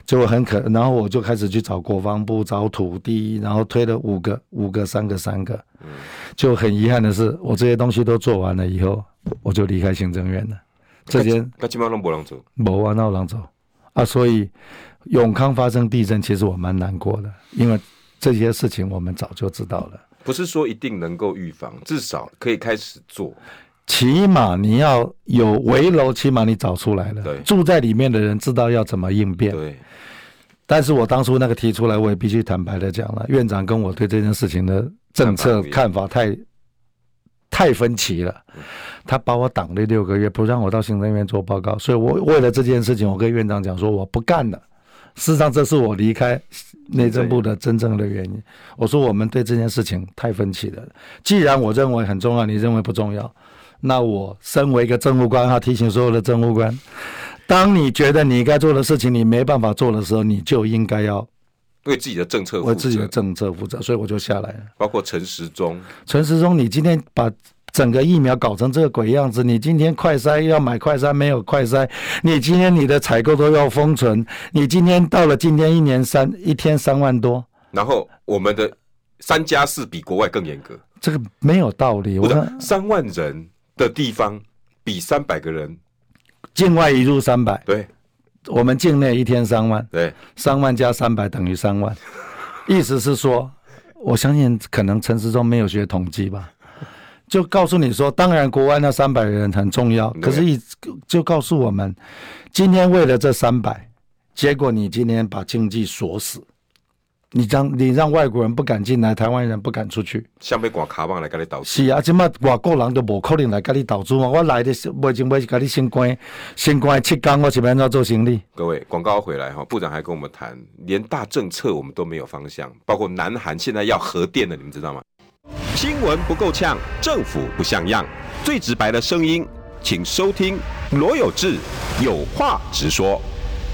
S2: 结果很可，然后我就开始去找国防部、找土地，然后推了五个、五个、三个、三个，就很遗憾的是，我这些东西都做完了以后，我就离开行政院了，这间
S1: 那基本上拢无人做，
S2: 某啊闹狼走啊，所以永康发生地震，其实我蛮难过的，因为这些事情我们早就知道了。
S1: 不是说一定能够预防，至少可以开始做，
S2: 起码你要有围楼，起码你找出来
S1: 对
S2: 了，住在里面的人知道要怎么应变。
S1: 对，
S2: 但是我当初那个提出来，我也必须坦白的讲了，院长跟我对这件事情的政策看法太太分歧了。他把我挡了六个月，不让我到行政院做报告，所以我为了这件事情，我跟院长讲说我不干了。事实上，这是我离开内政部的真正的原因。我说我们对这件事情太分歧了。既然我认为很重要，你认为不重要，那我身为一个政务官，哈，提醒所有的政务官，当你觉得你该做的事情你没办法做的时候，你就应该要
S1: 为自己的政策负
S2: 为自己的
S1: 责，
S2: 政策负责。所以我就下来了。
S1: 包括陈时中，
S2: 陈时中，你今天把整个疫苗搞成这个鬼样子，你今天快筛要买快筛没有快筛，你今天你的采购都要封存，你今天到了今天一年三一天三万多，
S1: 然后我们的三加四比国外更严格，
S2: 这个没有道理。啊
S1: 不
S2: 我
S1: 是
S2: 看
S1: 三万人的地方比三百个人
S2: 境外一入三百，
S1: 对
S2: 我们境内一天三万，
S1: 对，
S2: 三万加三百等于三万，意思是说，我相信可能陈时中没有学统计吧，就告诉你说，当然国外那三百人很重要，可是一就告诉我们，今天为了这三百，结果你今天把经济锁死，你让你让外国人不敢进来，台湾人不敢出去，
S1: 像被赶卡棒来跟你导致。
S2: 是啊，即摆外国人都无可能来甲你投资嘛。我来的是买前买是甲你先关，先关七天，我是要安怎做生意？
S1: 各位，广告回来哈，部长还跟我们谈，连大政策我们都没有方向，包括南韩现在要核电了，你们知道吗？新闻不够呛，政府不像样，最直白的声音，请收听罗有志有话直说。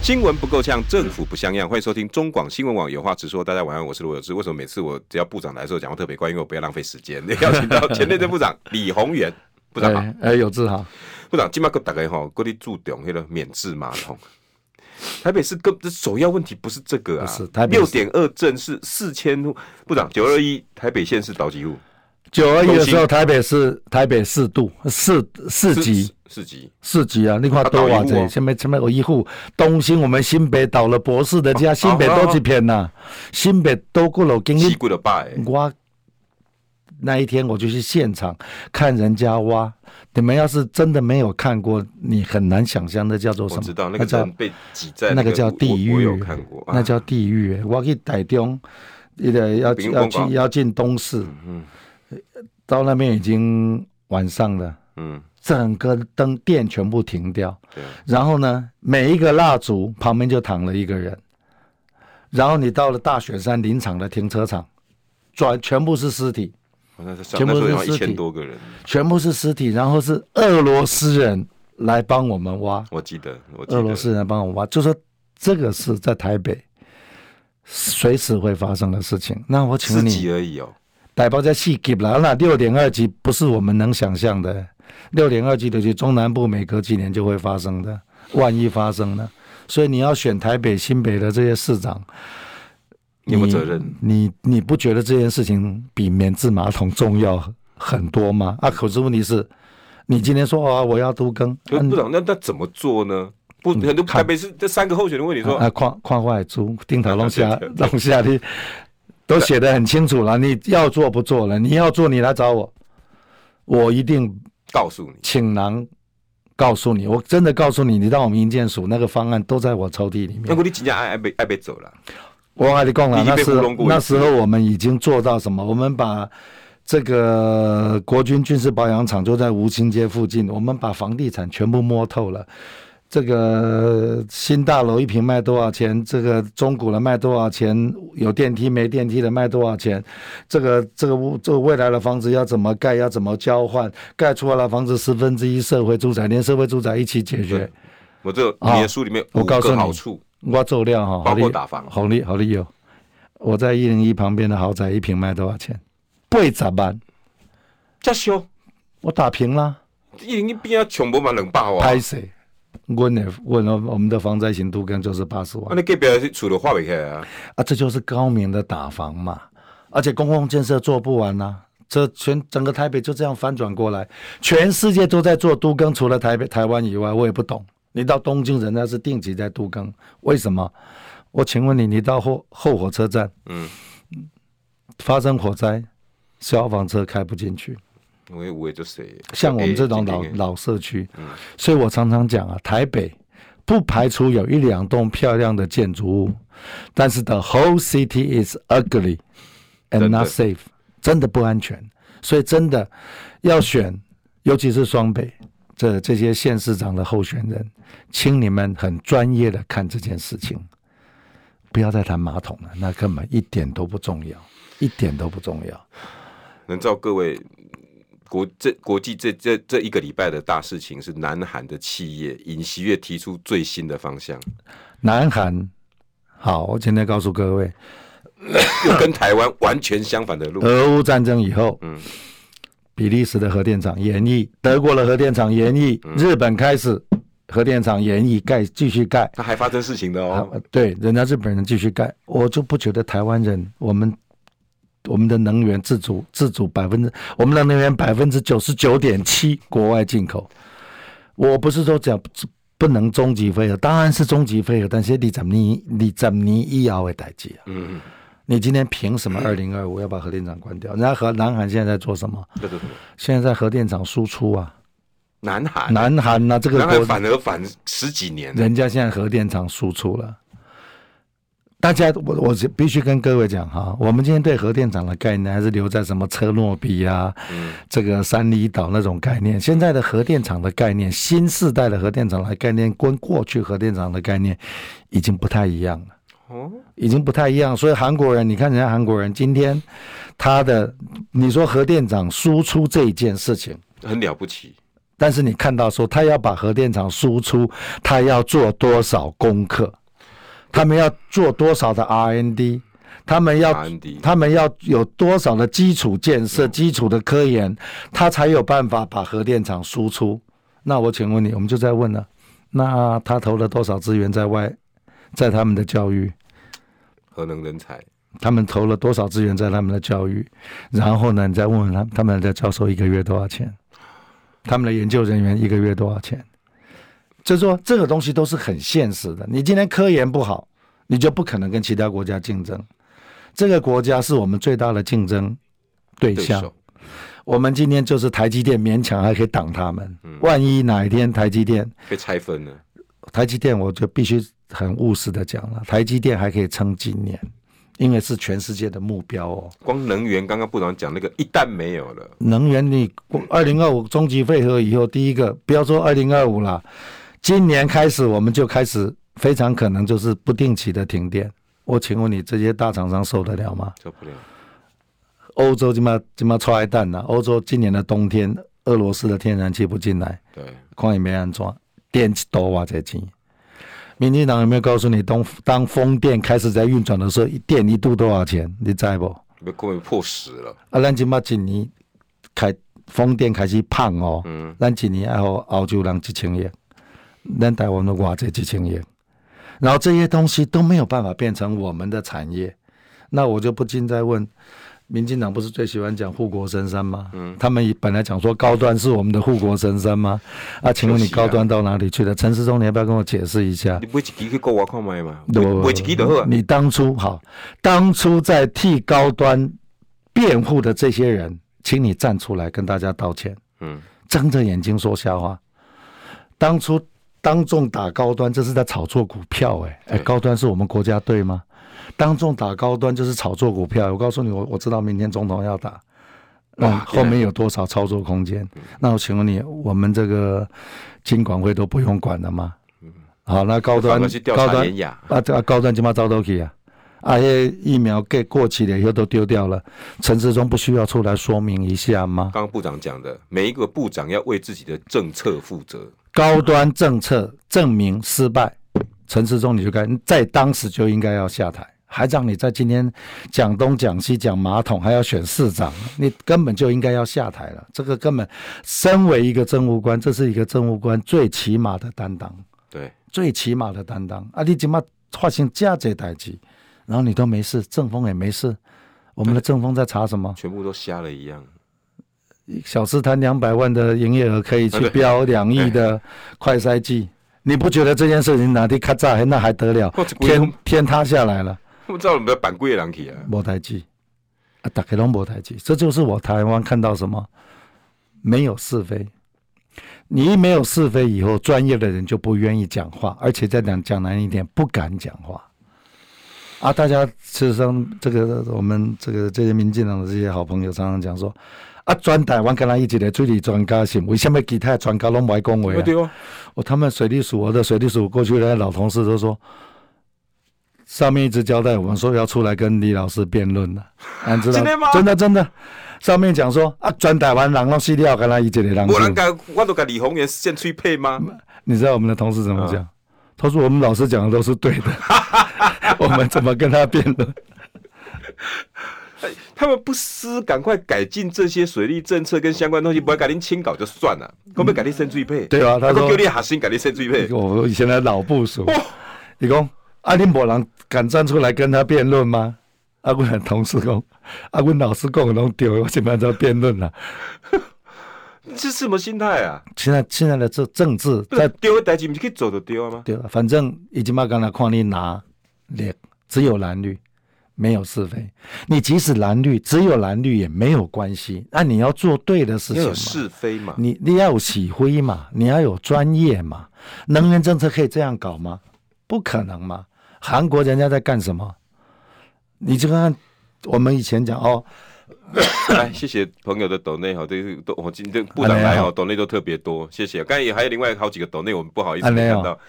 S1: 新闻不够呛，政府不像样。欢迎收听中广新闻网有话直说。大家晚安，我是罗有志。为什么每次我只要部长来的时候讲话特别快？因为我不要浪费时间， 邀请到前内政部长李鸿源部长好。
S2: 哎、哎有志哈，
S1: 部长，今麦个大概吼，各地注重迄个免治马桶。台北市根这首要问题不是这个啊，
S2: 不是台北
S1: 六
S2: 市
S1: 点二镇是四千户，部长九二一台北县是倒几户？
S2: 九二一的时
S1: 恭喜
S2: 候，台北市台北四度四四级
S1: 四四级，
S2: 四级啊，你看
S1: 啊
S2: 多
S1: 倒一
S2: 哇
S1: 户
S2: 这
S1: 哦，
S2: 前面前面有一户东兴，我们新北倒了博士的
S1: 啊
S2: 家，新北多一片呐、新北多过了经
S1: 七
S2: 历。
S1: 过了八哎，
S2: 我那一天我就去现场看人家挖，你们要是真的没有看过，你很难想象那叫做什
S1: 我
S2: 么，
S1: 知道那个
S2: 叫
S1: 人被挤在
S2: 那
S1: 个
S2: 个叫地
S1: 我我
S2: 狱，
S1: 有看过，啊
S2: 那叫地狱、我去台中，那个要
S1: 比如
S2: 要
S1: 公馆
S2: 去要进东市，
S1: 嗯
S2: 到那边已经晚上了，
S1: 嗯，
S2: 整个灯电全部停掉
S1: 对啊，
S2: 然后呢，每一个蜡烛旁边就躺了一个人，然后你到了大雪山林场的停车场，转全部是尸体，
S1: 哦那是
S2: 全
S1: 那
S2: 部
S1: 时候
S2: 是
S1: 有一
S2: 尸
S1: 千
S2: 体
S1: 多个人，
S2: 全部是尸体，然后是俄罗斯人来帮我们挖，
S1: 我记得，我记
S2: 俄罗
S1: 得，
S2: 斯人来帮我挖，就说这个是在台北随时会发生的事情。那我请
S1: 四
S2: 问你，
S1: 级而已哦，
S2: 台胞在四级啦，那六点二级不是我们能想象的，六点二级的就中南部每隔几年就会发生的，万一发生呢？所以你要选台北、新北的这些市长，
S1: 你有没有责任？
S2: 你你不觉得这件事情比免治马桶重要很多吗？啊，可是问题是，你今天说啊、我要都更，
S1: 可是部长，那那怎怎么做呢？
S2: 嗯
S1: 不，很多台北市这三个候选人问你说，
S2: 啊，看看外租，顶头弄 下
S1: 对对对
S2: 弄下的，都写得很清楚了。你要做不做了？你要做，你来找我，我一定
S1: 告诉你，
S2: 倾囊告诉你。我真的告诉你，你到我们营建署那个方案都在我抽屉里
S1: 那
S2: 面。
S1: 我你今天爱爱哎被爱被走了，
S2: 我跟你讲了，
S1: 已经
S2: 那
S1: 被
S2: 时
S1: 糊
S2: 候
S1: 弄过一次
S2: 那时候我们已经做到什么？我们把这个国军军事保养厂就在吴兴街附近，我们把房地产全部摸透了。这个新大楼一平卖多少钱？这个中古的卖多少钱？有电梯没电梯的卖多少钱？这个这个屋这个未来的房子要怎么盖？要怎么交换？盖出来的房子十分之一社会住宅，连社会住宅一起解决
S1: 对。我这
S2: 啊
S1: 你的书里面有
S2: 我
S1: 五
S2: 告诉
S1: 个
S2: 你
S1: 好处，
S2: 我做料哈，
S1: 包括
S2: 好利
S1: 打房
S2: 好利好利有。我在一零一旁边的豪宅一平卖多少钱？八十万，
S1: 加修。
S2: 我打平啦，
S1: 一零一边啊，穷不嘛两百万，
S2: 拍
S1: 啊，
S2: 谁？问的问了我们的防灾型都跟就是八十万
S1: 你隔壁的厝都画不起来啊，
S2: 啊，这就是高明的打房嘛。而且公共建设做不完呐、这全整个台北就这样翻转过来，全世界都在做都更，除了台北台湾以外，我也不懂。你到东京，人家是定期在都更，为什么？我请问你，你到后后火车站，
S1: 嗯，
S2: 发生火灾，消防车开不进去。
S1: 因为我也就谁，
S2: 像我们这种老
S1: 欸
S2: 老社区，所以我常常讲啊，台北不排除有一两栋漂亮的建筑物，但是 the whole city is ugly
S1: 真的
S2: and not safe，真的不安全。所以真的要选，尤其是双北这这些县市长的候选人，请你们很专业的看这件事情，不要再谈马桶了，那根本一点都不重要，一点都不重要。
S1: 能照各位国这国际这这这一个礼拜的大事情是南韩的企业尹锡悦提出最新的方 向，
S2: 南韩，好，我今天告诉各位，
S1: 又跟台湾完全相反的路，
S2: 俄乌战争以后，
S1: 嗯，
S2: 比利时的核电厂延役，德国的核电厂延役，
S1: 嗯
S2: 日本开始核电厂延役盖，继续盖。
S1: 它还发生事情的
S2: 啊
S1: 哦，
S2: 对，人家日本人继续盖，我就不觉得台湾人我们。我们的能源自主自主百分之，我们的能源百分之九十九点七国外进口。我不是说讲不不能终极废核，当然是终极废核，但是你怎么你你怎么你以后的代志啊？
S1: 嗯，
S2: 你今天凭什么二零二五要把核电厂关掉？人家和南韩现在在做什么？
S1: 对对对，
S2: 现在在核电厂输出啊，
S1: 南韩，啊
S2: 南韩啊呐、这个
S1: 哎南韩
S2: 国
S1: 反而反十几年，
S2: 人家现在核电厂输出了。大家，我我是必须跟各位讲哈，我们今天对核电厂的概念还是留在什么车诺比啊，
S1: 嗯
S2: 这个三里岛那种概念。现在的核电厂的概念，新世代的核电厂的概念，跟过去核电厂的概念已经不太一样了。
S1: 哦，
S2: 已经不太一样。所以韩国人，你看人家韩国人今天他的，你说核电厂输出这一件事情，
S1: 很了不起，
S2: 但是你看到说他要把核电厂输出，他要做多少功课，他们要做多少的 R&D。他们要
S1: R&D
S2: 他们要有多少的基础建设、基础的科研，他才有办法把核电厂输出。那我请问你，我们就在问了，那他投了多少资源在外，在他们的教育？
S1: 核能人才，
S2: 他们投了多少资源在他们的教育，然后呢，你再问问他他们的教授一个月多少钱，他们的研究人员一个月多少钱，就是说这个东西都是很现实的。你今天科研不好，你就不可能跟其他国家竞争。这个国家是我们最大的竞争对
S1: 对
S2: 象，
S1: 手，
S2: 我们今天就是台积电勉强还可以挡他们。
S1: 嗯
S2: 万一哪一天台积电，
S1: 被拆分了，
S2: 台积电我就必须很务实的讲了，台积电还可以撑几年，因为是全世界的目标哦。
S1: 光能源刚刚部长讲那个，一旦没有了，
S2: 能源你二零二五终极废核以后，第一个不要说二零二五啦，今年开始我们就开始非常可能就是不定期的停电。我请问你，这些大厂商受得了吗？
S1: 受不了，
S2: 欧洲今嘛今嘛超爱蛋了，欧洲今年的冬天，俄罗斯的天然气不进来，
S1: 对，
S2: 矿也没安装，电多挖这钱。民进党有没有告诉你，当当风电开始在运转的时候，一电一度多少钱？你知不？
S1: 被根本破十了，
S2: 啊，咱即马一年开风电开始胖哦，
S1: 嗯
S2: 咱一年爱互澳洲人一千亿，咱台湾的偌济一千亿，然后这些东西都没有办法变成我们的产业，那我就不禁在问。民进党不是最喜欢讲护国神山吗？嗯，他们本来讲说高端是我们的护国神山吗？啊，请问
S1: 可
S2: 你
S1: 惜啊
S2: 高端到哪里去了？陈世忠，你要不要跟我解释一下
S1: 你？买一支去国外看卖嘛？
S2: 我
S1: 买买一支就好啊，
S2: 你当初好，当初在替高端辩护的这些人，请你站出来跟大家道歉，
S1: 嗯，
S2: 睁着眼睛说瞎话。当初当众打高端，这是在炒作股票、欸，哎、
S1: 对
S2: 高端是我们国家队吗？当众打高端就是炒作股票。我告诉你，我我知道明天总统要打，那
S1: 哇嗯
S2: 后面有多少操作空间？那我请问你，我们这个金管会都不用管了吗？好，那高
S1: 嗯
S2: 端
S1: 反而去调
S2: 高
S1: 查
S2: 端
S1: 严雅，
S2: 啊，这啊高端即马走倒去啊，啊，迄疫苗给过期了以后都丢掉了，陈时中不需要出来说明一下吗？
S1: 刚刚部长讲的，每一个部长要为自己的政策负责，
S2: 高端政策证明失败，陈时中你就该在当时就应该要下台，还让你在今天讲东讲西讲马桶，还要选市长，你根本就应该要下台了。这个根本，身为一个政务官，这是一个政务官最起码的担当。
S1: 对，
S2: 最起码的担当啊！你即马发生这这代志，然后你都没事，政风也没事，我们的政风在查什么？
S1: 全部都瞎了一样，
S2: 小吃摊两百万的营业额可以
S1: 啊
S2: 去
S1: 对
S2: 标两亿的快筛剂，你不觉得这件事情哪里咔嚓，那还得了
S1: 我这？鬼都
S2: 天天塌下来了，
S1: 不知道有没有板柜人去啊？
S2: 没代志，啊，大家拢没代志，这就是我台湾看到什么没有是非。你一没有是非以后，专业的人就不愿意讲话，而且再讲讲难一点，不敢讲话。啊，大家事实上，这个我们这个这些民进党的这些好朋友常常讲说，啊，专台湾跟他一起的水利专家是为什么其他的专家拢不爱讲话、
S1: 对
S2: 啊？
S1: 对哦，
S2: 我他们水利署我的水利署过去的老同事都说，上面一直交代我们说要出来跟李老师辩 论了，啊你知道
S1: 真的吗
S2: 真的真的，上面讲说啊，转台湾人拢死掉，跟他一起的人
S1: 我能敢，我都跟李宏源献翠配吗？
S2: 你知道我们的同事怎么讲？
S1: 嗯
S2: 他说我们老师讲的都 是对的，我们怎么跟他辩论？
S1: 他们不思赶快改进这些水利政策跟相关东西，不要改天清稿就算了，可不可以改天献翠配？
S2: 对啊他
S1: 还
S2: 说
S1: 叫你哦核心改天献翠配，
S2: 我以前的老部署
S1: 哇，
S2: 你讲阿林伯人敢站出来跟他辩论吗？阿阮啊的同事讲，阿阮老师讲的拢对的，我怎么在辩论啦？
S1: 这是什么心态啊？
S2: 现在现在的这政治
S1: 不是
S2: 在
S1: 丢代志，不是去做就丢吗？
S2: 对吧？反正已经把刚才看你拿脸，只有蓝绿，没有是非。你即使蓝绿，只有蓝绿也没有关系。那你要做对的事
S1: 要有
S2: 情嘛。
S1: 是非嘛。
S2: 你你要有指挥嘛，你要有专业嘛。能源政策可以这样搞吗？不可能嘛！韩国人家在干什么？你就看看我们以前讲哦，
S1: 来，哎谢谢朋友的抖内哈，这个都我今天部长来
S2: 安内
S1: 哦，
S2: 哦
S1: 抖内都特别多，谢谢。刚才也还有另外好几个抖内，我们不好意思
S2: 安内嗯
S1: 没
S2: 哦
S1: 看到。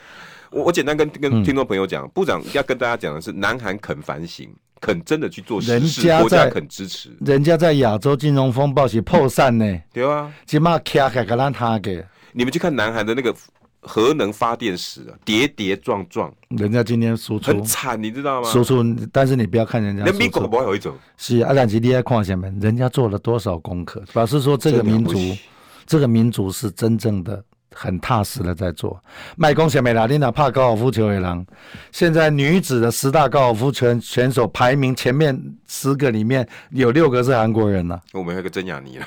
S1: 我我简单跟跟听众朋友讲，部长要跟大家讲的是，南韩肯反省，肯真的去做实事，
S2: 人家在
S1: 国家肯支持，
S2: 人家在亚洲金融风暴是破散呢，
S1: 对啊。
S2: 起码卡开给咱他给，
S1: 你们去看南韩的那个核能发电史啊，跌跌撞撞，
S2: 人家今天输
S1: 很
S2: 出
S1: 惨，你知道吗？
S2: 输出，但是你不要看啊人家
S1: 那
S2: 输
S1: 美国
S2: 出，
S1: 不会有一种，
S2: 是啊，但是你在看什么？人家做了多少功课？表示说这个
S1: 真了
S2: 民
S1: 不
S2: 族
S1: 起，
S2: 这个民族是真正的很踏实的在做。卖讲什么啦？你哪怕高尔夫球的人，现在女子的十大高尔夫球选手排名前面十个里面有六个是韩国人呐、啊。
S1: 我们还有个真雅尼了，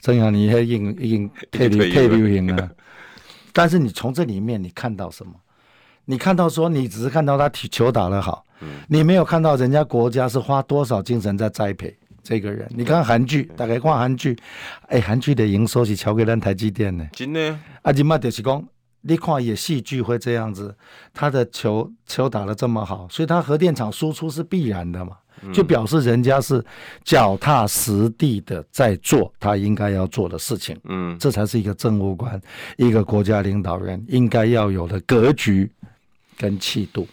S2: 曾阳，你也已经已经退
S1: 退
S2: 流
S1: 役
S2: 退
S1: 了
S2: 流行 了，但是你从这里面你看到什么？你看到说你只是看到他踢球打得好，
S1: 嗯
S2: 你没有看到人家国家是花多少精神在栽培这个人。你看韩剧，大概看韩剧，哎，韩剧的营收是超过咱台积电呢。
S1: 真的，
S2: 啊，今嘛就是讲，你看也戏剧会这样子，他的球球打得这么好，所以他核电厂输出是必然的嘛，
S1: 嗯
S2: 就表示人家是脚踏实地的在做他应该要做的事情，
S1: 嗯，
S2: 这才是一个政务官、一个国家领导人应该要有的格局跟气度。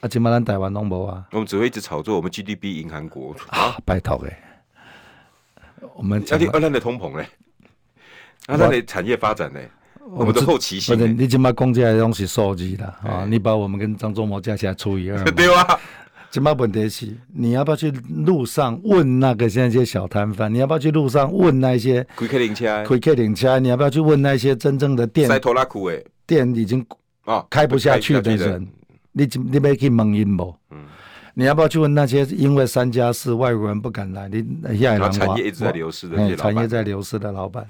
S2: 啊，今嘛咱台湾拢无啊，
S1: 我们只会一直炒作我们 GDP 赢韩国，
S2: 啊， 拜托诶，我们
S1: 啊，
S2: 讲
S1: 你啊，咱的通膨嘞，啊，咱的产业发展嘞，我们的后期
S2: 不
S1: 性
S2: 是
S1: 嘞，
S2: 你今嘛讲这些东西数字啦，啊
S1: 哎，
S2: 你把我们跟张忠谋加起来除以二嘛
S1: 。对吧？
S2: 今麦问题是，你要不要去路上问那个现在这些小摊贩？你要不要去路上问那些
S1: 开开零车，
S2: 会客领车？你要不要去问那些真正的店
S1: 塞拖拉苦诶，
S2: 店已经
S1: 啊，
S2: 开不下去的人？你你要去问因无？
S1: 嗯
S2: 你要不要去问那些因为三加四外国人不敢来，你亚
S1: 然
S2: 兰
S1: 后产业一直在流失的这些
S2: 哎
S1: 老
S2: 产业
S1: 板，
S2: 在流失的老板，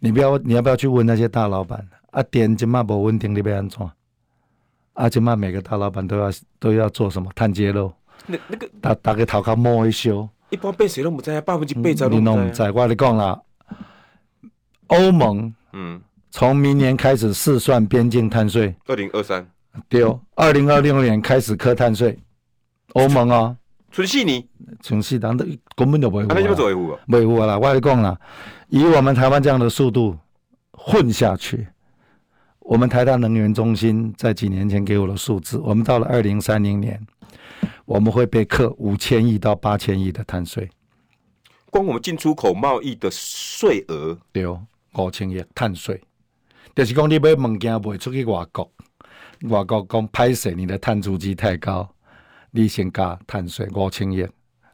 S2: 你不要你要不要去问那些大老板？啊，点今麦无稳定，你要安怎？啊，今麦每个大老板都要都要做什么？探街肉，
S1: 那那个
S2: 打打个头壳摸一修。
S1: 一般被谁都不在，百分之八十
S2: 你
S1: 都嗯
S2: 弄
S1: 不
S2: 唔
S1: 在，
S2: 在，我跟你讲啦，欧盟
S1: 嗯，
S2: 从明年开始试算边境碳税，
S1: 二零二三，
S2: 对，二零二六年开始课碳税，欧盟哦，
S1: 纯系你，
S2: 全市党都根本就袂
S1: 啊，那就不
S2: 有
S1: 走
S2: 啊，
S1: 维护了，
S2: 袂有啊啦，我跟你讲啦，以我们台湾这样的速度混下去。我们台大能源中心在几年前给我的数字，我们到了二零三零年，我们会被课五千亿到八千亿的碳税，
S1: 光我们进出口贸易的税额，
S2: 对，五千亿碳税，就是讲你买物件卖出去外国，外国讲拍摄你的碳足迹太高，你先加碳税五千亿。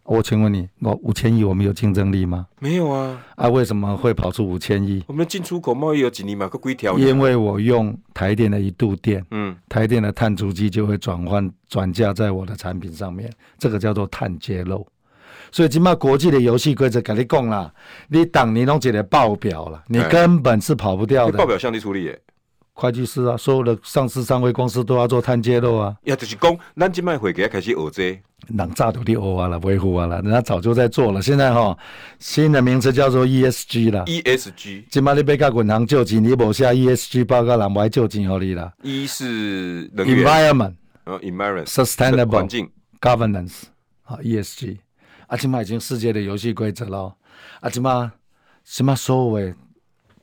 S2: 我请问你，我五千亿我们有竞争力吗？
S1: 没有啊，
S2: 啊，为什么会跑出五千亿？
S1: 我们的进出口贸易有几年嘛，个规条，
S2: 因为我用台电的一度电，
S1: 嗯，
S2: 台电的碳足迹就会转换转嫁在我的产品上面，这个叫做碳揭露。所以今麦国际的游戏规则跟你讲啦，你当年弄起来报表了，你
S1: 哎
S2: 根本是跑不掉
S1: 那
S2: 的
S1: 报。表向你处理耶。
S2: 会计师啊，所有的上市上柜公司都要做碳揭露啊。
S1: 也就是讲，咱即卖会计开始学这
S2: 人早就地欧啊了，维护啊了，人家早就在做了。现在哈、新的名词叫做 ESG 啦。
S1: E ESG，
S2: 今麦你要甲银行借钱，你无写 ESG 报告，人来借钱给你啦。
S1: 一是能源，
S2: Environment,
S1: 然后 environment 环
S2: sustainable
S1: 境，
S2: governance 啊 ESG 啊，今麦已经世界的游戏规则咯。啊，今麦今麦所有的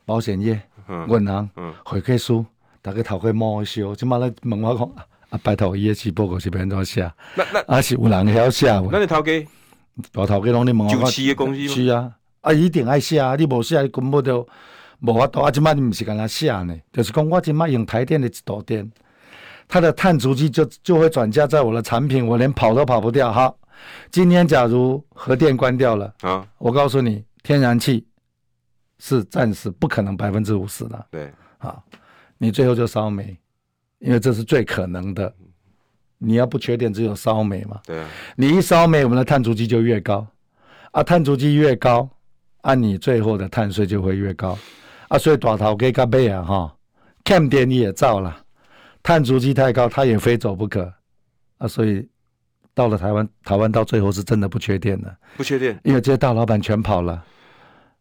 S2: 保险业、
S1: 嗯
S2: 银行
S1: 嗯、
S2: 会计师，大家头壳摸烧。今麦咧问我讲啊，啊拜托 ESG 报告是要安怎写？
S1: 那那
S2: 啊，是有人会晓写
S1: 那
S2: 喎，
S1: 你头家
S2: 大头家拢咧问我。
S1: 九七的公司吗
S2: 是啊，啊一定爱写啊，你无写你根本就无法度。啊，即摆你毋是干那写呢，就是讲我即摆用台电的一度电，它的碳足迹就就会转嫁在我的产品，我连跑都跑不掉。好，今天假如核电关掉了，
S1: 啊，
S2: 我告诉你，天然气是暂时不可能百分之五十的
S1: 对，
S2: 啊，你最后就烧煤，因为这是最可能的。你要不缺电，只有烧煤嘛。
S1: 对啊，
S2: 你一烧煤，我们的碳足迹就啊越高，啊，碳足迹越高，按、你最后的碳税就会越高，啊，所以大头家甲尾啊吼，欠电你也造啦，碳足迹太高，它也非走不可啊，所以到了台湾，台湾到最后是真的不缺电了，
S1: 不缺电。
S2: 因为这些大老板全跑了。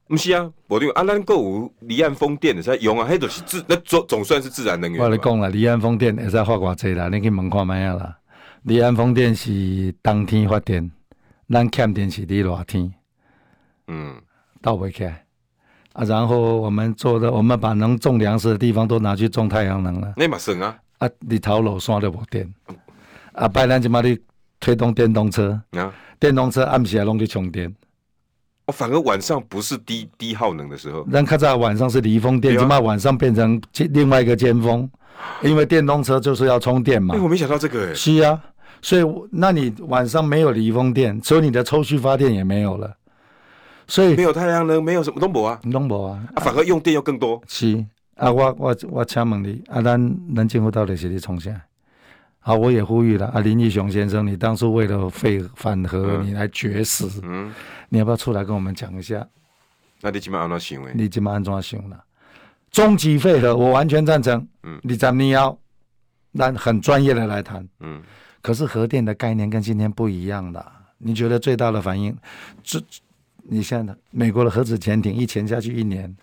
S1: 不是啊，我定啊，咱购有离岸风电的才用啊，迄就是自那总总算是自然能源
S2: 我
S1: 嘛。
S2: 咧讲啦，离岸风电会使发偌济啦，你去问看卖啊啦。离岸风电是冬天发电，咱欠电是伫热天。
S1: 嗯，
S2: 倒回去啊，然后我们做的，我们把能种粮食的地方都拿去种太阳能了
S1: 那嘛省啊，
S2: 啊，你头楼山都无电啊，拜咱即马咧推动电动车，
S1: 啊，
S2: 电动车暗时啊拢去充电，
S1: 我反而晚上不是低低耗能的时候，
S2: 咱较早晚上是离峰电，
S1: 对啊
S2: 即马晚上变成尖另外一个尖峰，因为电动车就是要充电嘛
S1: 哎，。我没想到这个哎、
S2: 是啊，所以我那你晚上没有离峰电，所以你的抽蓄发电也没有了，所以
S1: 没有太阳能，没有什么都没啊，
S2: 拢无啊。
S1: 啊，反而用电又更多。
S2: 是啊，我我我请问你，啊，咱咱政府到底是咧从啥？好，我也呼吁了啊，林义雄先生，你当初为了废反核，你来绝食，
S1: 嗯，
S2: 你要不要出来跟我们讲一下，
S1: 那你起码安怎想哎诶？
S2: 你怎么安怎想啦？终极废核，我完全赞成。
S1: 嗯
S2: 你咱们要，咱很专业的来谈。
S1: 嗯，
S2: 可是核电的概念跟今天不一样的。你觉得最大的反应，这你现在美国的核子潜艇一潜下去一年，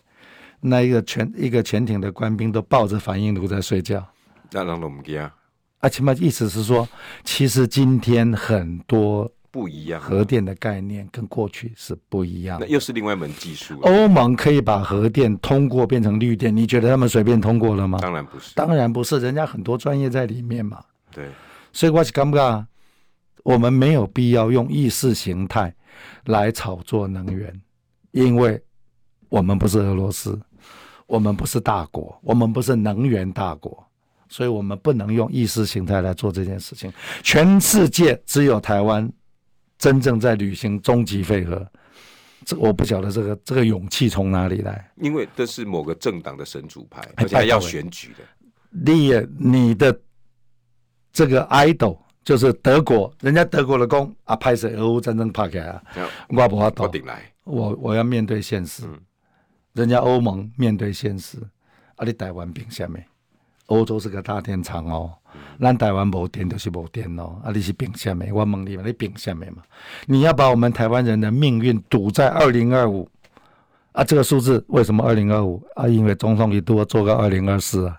S2: 那一个全一个潜艇的官兵都抱着反应炉在睡觉。
S1: 那让我们给啊，
S2: 啊，起码意思是说，其实今天很多
S1: 不一样，啊
S2: 核电的概念跟过去是不一样
S1: 那
S2: 的。
S1: 又是另外一门技术了。
S2: 欧盟可以把核电通过变成绿电，你觉得他们随便通过了吗？
S1: 当然不是，
S2: 当然不是，人家很多专业在里面嘛。
S1: 对，
S2: 所以我是感觉，我们没有必要用意识形态来炒作能源，因为我们不是俄罗斯，我们不是大国，我们不是能源大国，所以我们不能用意识形态来做这件事情。全世界只有台湾真正在履行终极废核，这我不晓得这个这个勇气从哪里来。
S1: 因为这是某个政党的神主牌，
S2: 哎
S1: 而且还要
S2: 拜托哎
S1: 选举的。
S2: 你也你的这个 idol 就是德国，人家德国的工啊，拍摄俄乌战争拍起来啊，
S1: 那
S2: 我不法
S1: 我
S2: 懂，
S1: 顶来，
S2: 我我要面对现实。
S1: 嗯
S2: 人家欧盟面对现实，啊，你台湾凭什么？欧洲是个大电厂哦，咱台湾无电就是无电哦，啊，你是凭什么？我问你嘛，你凭什么嘛？你要把我们台湾人的命运赌在二零二五啊，这个数字为什么二零二五啊？因为总统一度要做到二零二四啊，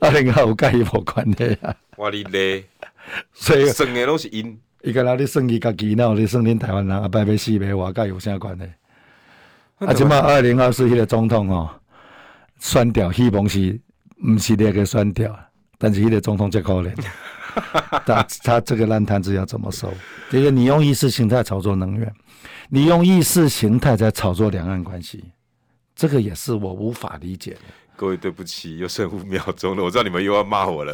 S2: 二零二五跟伊无关系啊，
S1: 哇你 嘞，
S2: 所以
S1: 省的都是因，
S2: 伊个那你算伊家己，那你算恁台湾人啊，拜拜死拜活，甲有啥关系？啊，即摆二零二四迄个总统哦，选掉希望是毋是那个选掉，但是迄个总统最可怜。他他这个烂摊子要怎么收？这个你用意识形态炒作能源，你用意识形态在炒作两岸关系，这个也是我无法理解的。
S1: 各位对不起，又剩五秒钟了，我知道你们又要骂我了。